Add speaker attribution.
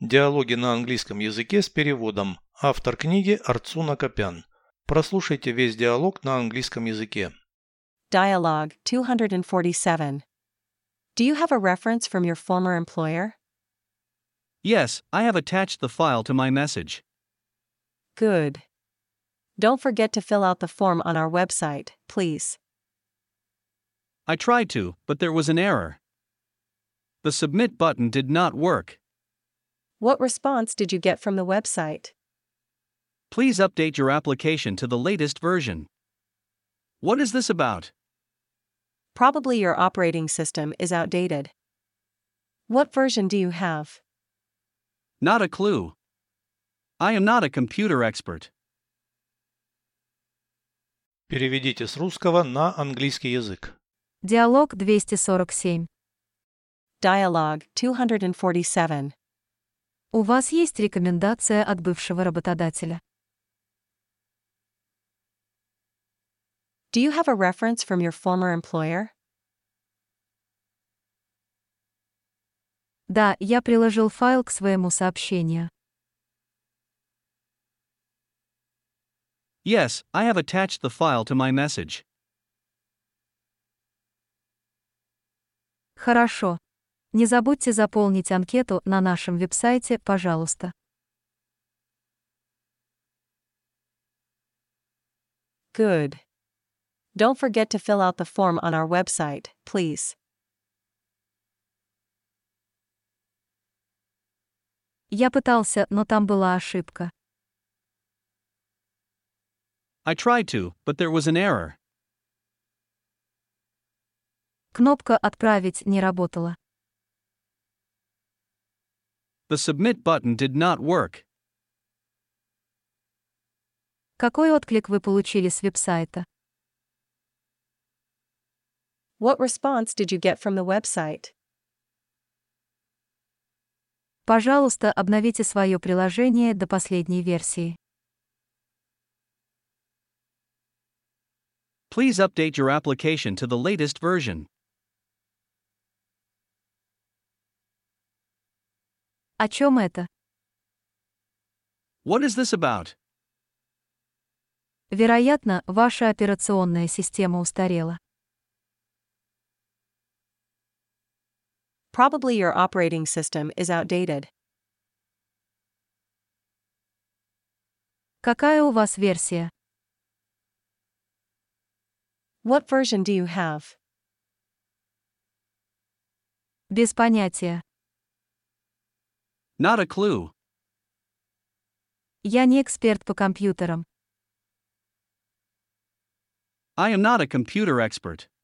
Speaker 1: Диалоги на английском языке с переводом. Автор книги Арцуна Копян. Прослушайте весь диалог на английском языке.
Speaker 2: Dialogue 247. Do you have a reference from your former employer?
Speaker 3: Yes, I have attached the file to my message.
Speaker 2: Good. Don't forget to fill out the form on our website, please.
Speaker 3: I tried to, but there was an error. The submit button did not work.
Speaker 2: What response did you get from the website?
Speaker 3: Please update your application to the latest version. What is this about?
Speaker 2: Probably your operating system is outdated. What version do you have?
Speaker 3: Not a clue. I am not a computer expert.
Speaker 1: Переведите с русского на английский язык.
Speaker 4: Диалог 247.
Speaker 2: Dialogue 247.
Speaker 4: У вас есть рекомендация от бывшего работодателя.
Speaker 2: Do you have a reference from your former employer?
Speaker 4: Да, я приложил файл к своему сообщению.
Speaker 3: Yes, I have attached the file to my message.
Speaker 4: Хорошо. Не забудьте заполнить анкету на нашем веб-сайте, пожалуйста.
Speaker 2: Good. Don't forget to fill out the form on our website, please.
Speaker 4: Я пытался, но там была ошибка.
Speaker 3: I tried to, but there was an error.
Speaker 4: Кнопка «Отправить» не работала.
Speaker 3: The submit button did not work.
Speaker 4: Какой отклик вы получили с веб-сайта?
Speaker 2: What response did you get from the website?
Speaker 4: Пожалуйста, обновите свое приложение до последней версии.
Speaker 3: Please update your application to the latest version.
Speaker 4: О чем это?
Speaker 3: What is this about?
Speaker 4: Вероятно, ваша операционная система устарела.
Speaker 2: Probably your operating system is outdated.
Speaker 4: Какая у вас версия?
Speaker 2: What version do you have?
Speaker 4: Без понятия.
Speaker 3: Not a clue.
Speaker 4: Я не эксперт по компьютерам.
Speaker 3: I am not a computer expert.